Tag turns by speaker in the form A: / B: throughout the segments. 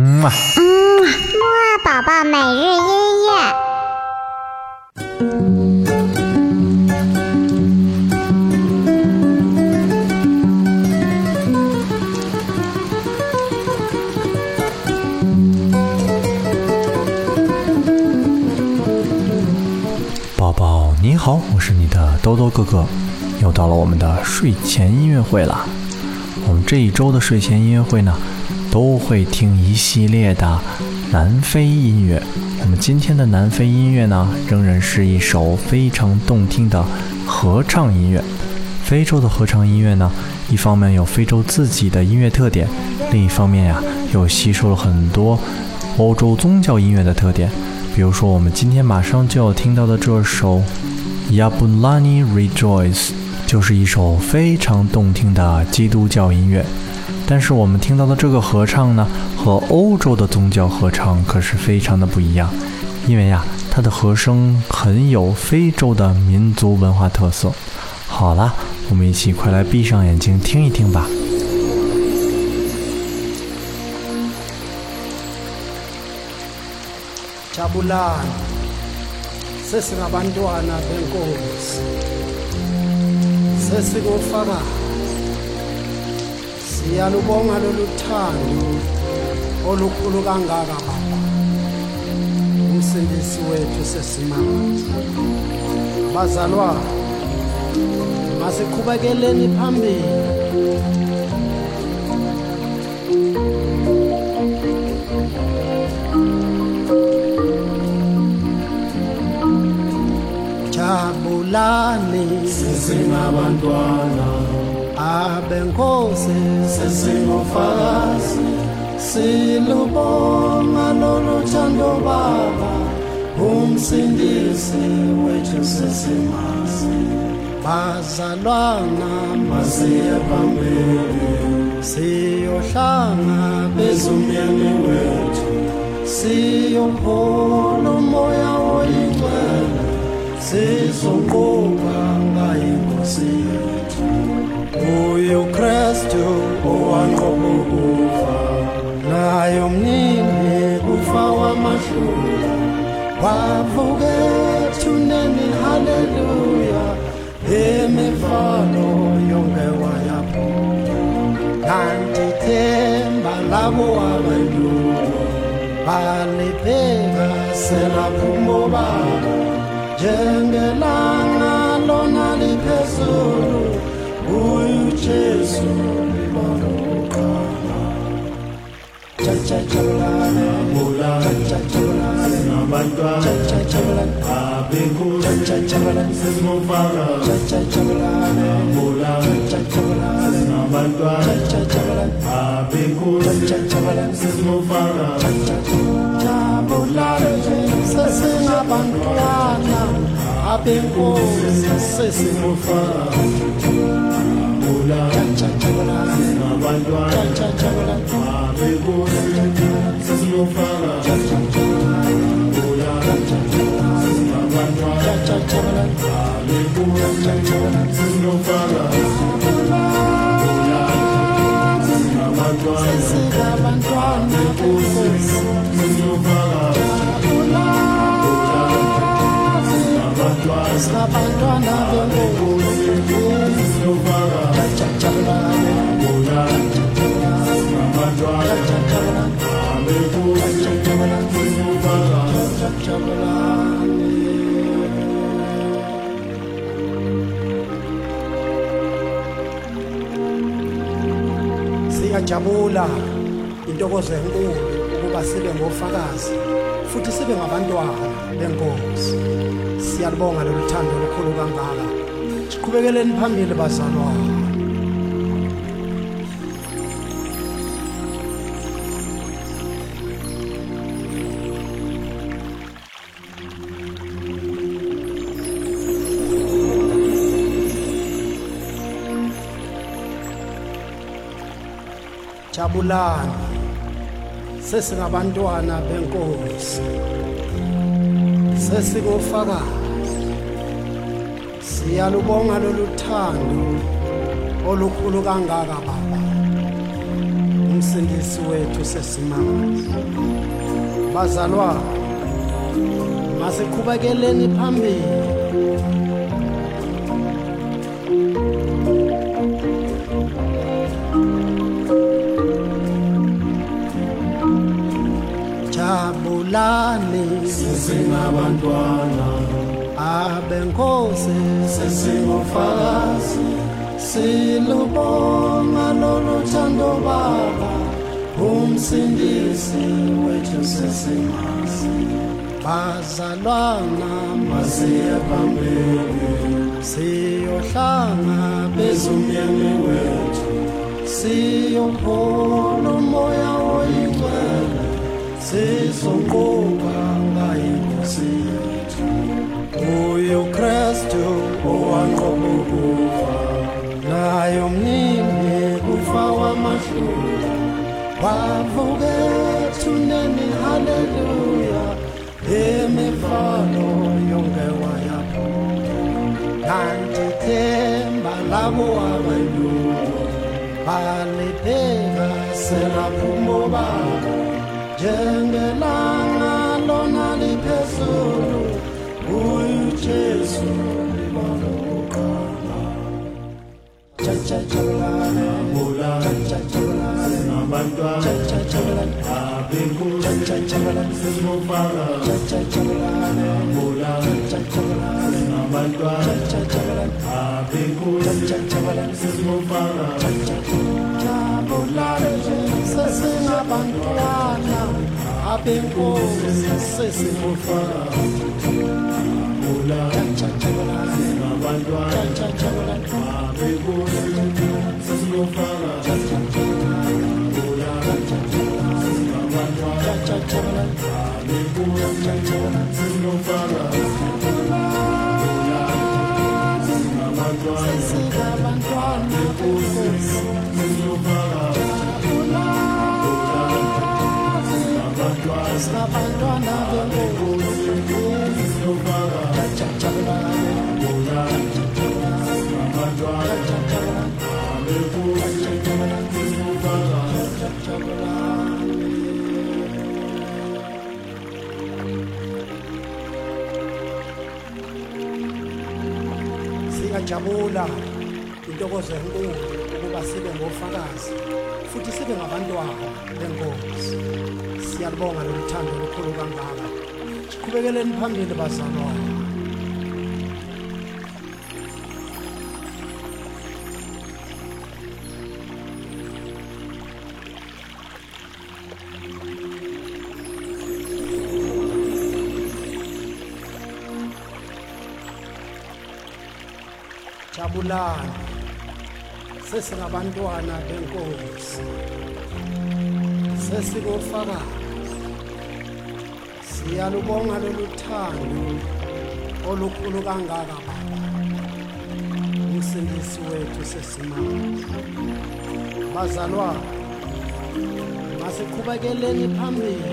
A: 嗯啊，
B: 嗯，木二宝宝每日音乐。
A: 宝宝你好，我是你的兜兜哥哥，又到了我们的睡前音乐会了。我们这一周的睡前音乐会呢，都会听一系列的南非音乐。我们今天的南非音乐呢，仍然是一首非常动听的合唱音乐。非洲的合唱音乐呢，一方面有非洲自己的音乐特点，另一方面呀、又吸收了很多欧洲宗教音乐的特点。比如说，我们今天马上就要听到的这首《Yabulani Rejoice》，就是一首非常动听的基督教音乐。但是我们听到的这个合唱呢，和欧洲的宗教合唱可是非常的不一样，因为呀、它的和声很有非洲的民族文化特色。好啦，我们一起快来闭上眼睛听一听吧。
C: jabulani sesingabantwana benkosi sesikufakazi siyalubonga lolu thando olukhulu kangaka baba umsindisi wethu sesimanje bazalwane masiqhubekeleni phambili jabulani
D: Singabantwana
C: abenkosi
D: sesingofakazi silubonga lolu thando baba umsindisi wethu sesimasi
C: bazalwana
D: masiye phambili
C: siyohlanga
D: bezumyeni wethu siyomhola umoya oyingcwele sizoqoba ngayinkosi yethu
C: uyukrestu
D: owanqoba ukufa
C: naye umnini
D: kufa wamahlula wavukethuneni haleluya imifano yonke wayaphola
C: kandithemba
D: labo abendulo
C: balibheka
D: selaphumo babo njengelanga lona liphezulu uyu jesu libona kuqala Chachachabulane, chachachabulane, singabantwana, chachachabulane, abenkosi, chachachabulane, sesingofakazi, chachachabulane, chachachabulane, singabantwana, chachachabulane, abenkosi, chachachabulane, sesingofakazi, chachachabulane, sesingabantwana, abenkosi, sesingofakazi, chachachabulane, singabantwana, chachachabulane, abenkosi, sesingofakazi,
C: singabantwana benkosi chachachabulane chachachabulane chachachabulane chachachabulane siyajabula intokozo enkulu ukuba sibe ngofakazi futhi sibe ngabantwana benkosi siyalibonga lolu thando olukhulu kangaka siqhubekeleni phambili bazalwane jabulani sesingabantwana benkosi sesikufakazi siyalubonga lolu thando olukhulu kangaka baba umsindisi wethu sesimanje bazalwa masiqhubekeleni phambili jabulani
D: sesingabantwana
C: abenkosi
D: sesingofakazi silubonga lolu thando baba umsindisi wethu sesimazi
C: bazalwana
D: masiye phambili
C: siyohlanga
D: bezumyeni wethu siyokhola umoya oyigcwele sizoquka ngayinkosi yethu uyukrestu owanqoba ukufa naye umnini kufa wamahlula wavukethu neni haleluya imifalo yonke wayapho nandithemba labo abayilungu balibheka selaphumo babo njengelanga lona liphezulu uyu jesu libona kuqala tshajajabulane tshajajabulane tshajajabulane tshajajabulane tshajajabulane tshajajabulane tshajajabulane tshajajabulane tshajajabulane sesingabantwana abenkosi sesingofakazi tshajajabulane tshajajabulane
C: singabantwana benkosi tshajajabulane siyajabula intokozo enkulu ukuba sibe ngofakazi futhi sibe ngabantwana benkosi siyalibonga lolu thando olukhulu kangaka siqhubekeleni phambili bazalwana jabulani sesingabantwana benkosi sesikofakazi siyalubonga lolu thando olukhulu kangaka baba umsindisi wethu sesimanje bazalwana masiqhubekeleni phambili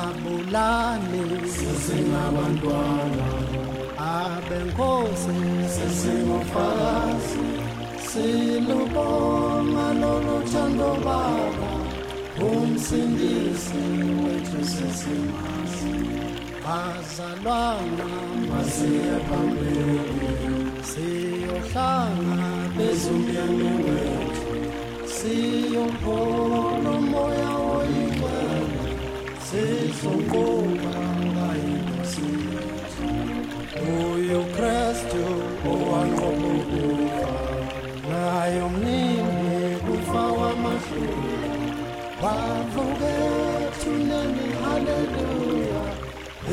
C: jabulani
D: sesingabantwana
C: abenkosi
D: sesingofakazi silubonga lolu thando baba umsindisi wethu sesimazi
C: bazalwana
D: masiye phambili
C: siyohlanga
D: bezumyeni wethu siyokhola umoya oyigcwele sizoquka ngayinkosi yethu uyukrestu owanqoba ukufa naye umnini kufa wamahlula wavukethu neni haleluya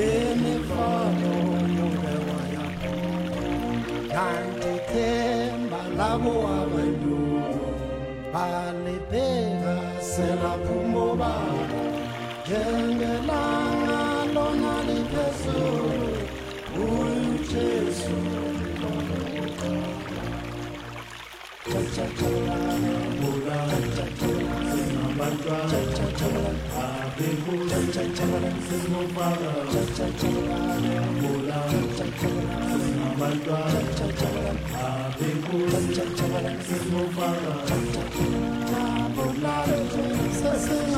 D: imivalo yonke wayapha nandithemba labo abayilungu balibheka selaphumo babo njengelanga lona liphezulu ujesu singabantwana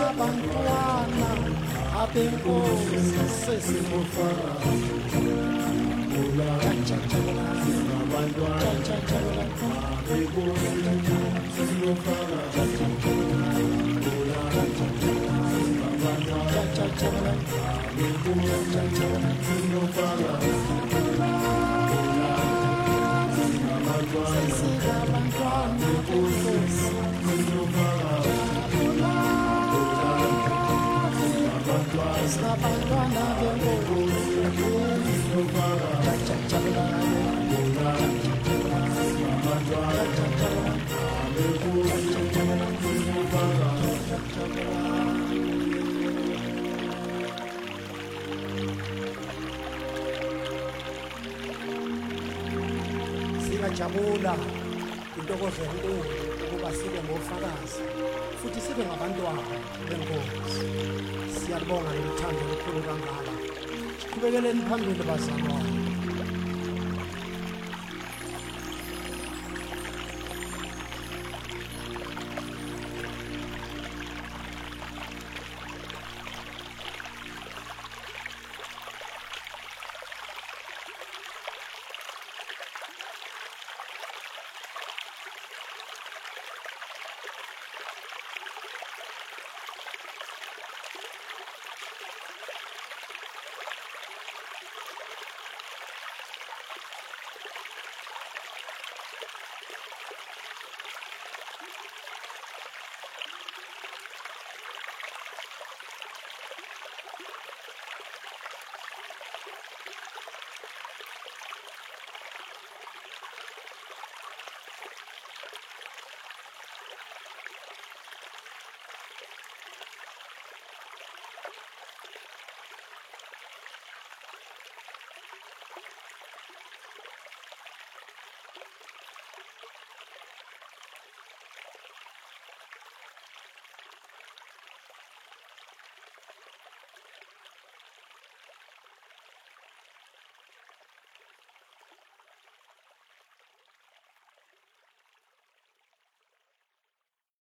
D: sesingabantwana abenkosi sesingofakazi singabantwana abenkosi sesingofakazi singabantwana abenkosi sesingofakazi singabantwana abenkosi sesingofakazi Sinabantwana benkosi,
C: singajabula intokozo enkulu ukuba sibe ngofakazi futhi sibe ngabantwana benkosi siyalibonga loluthando olukhulu kangaka siqhubekeleni phambili bazalwane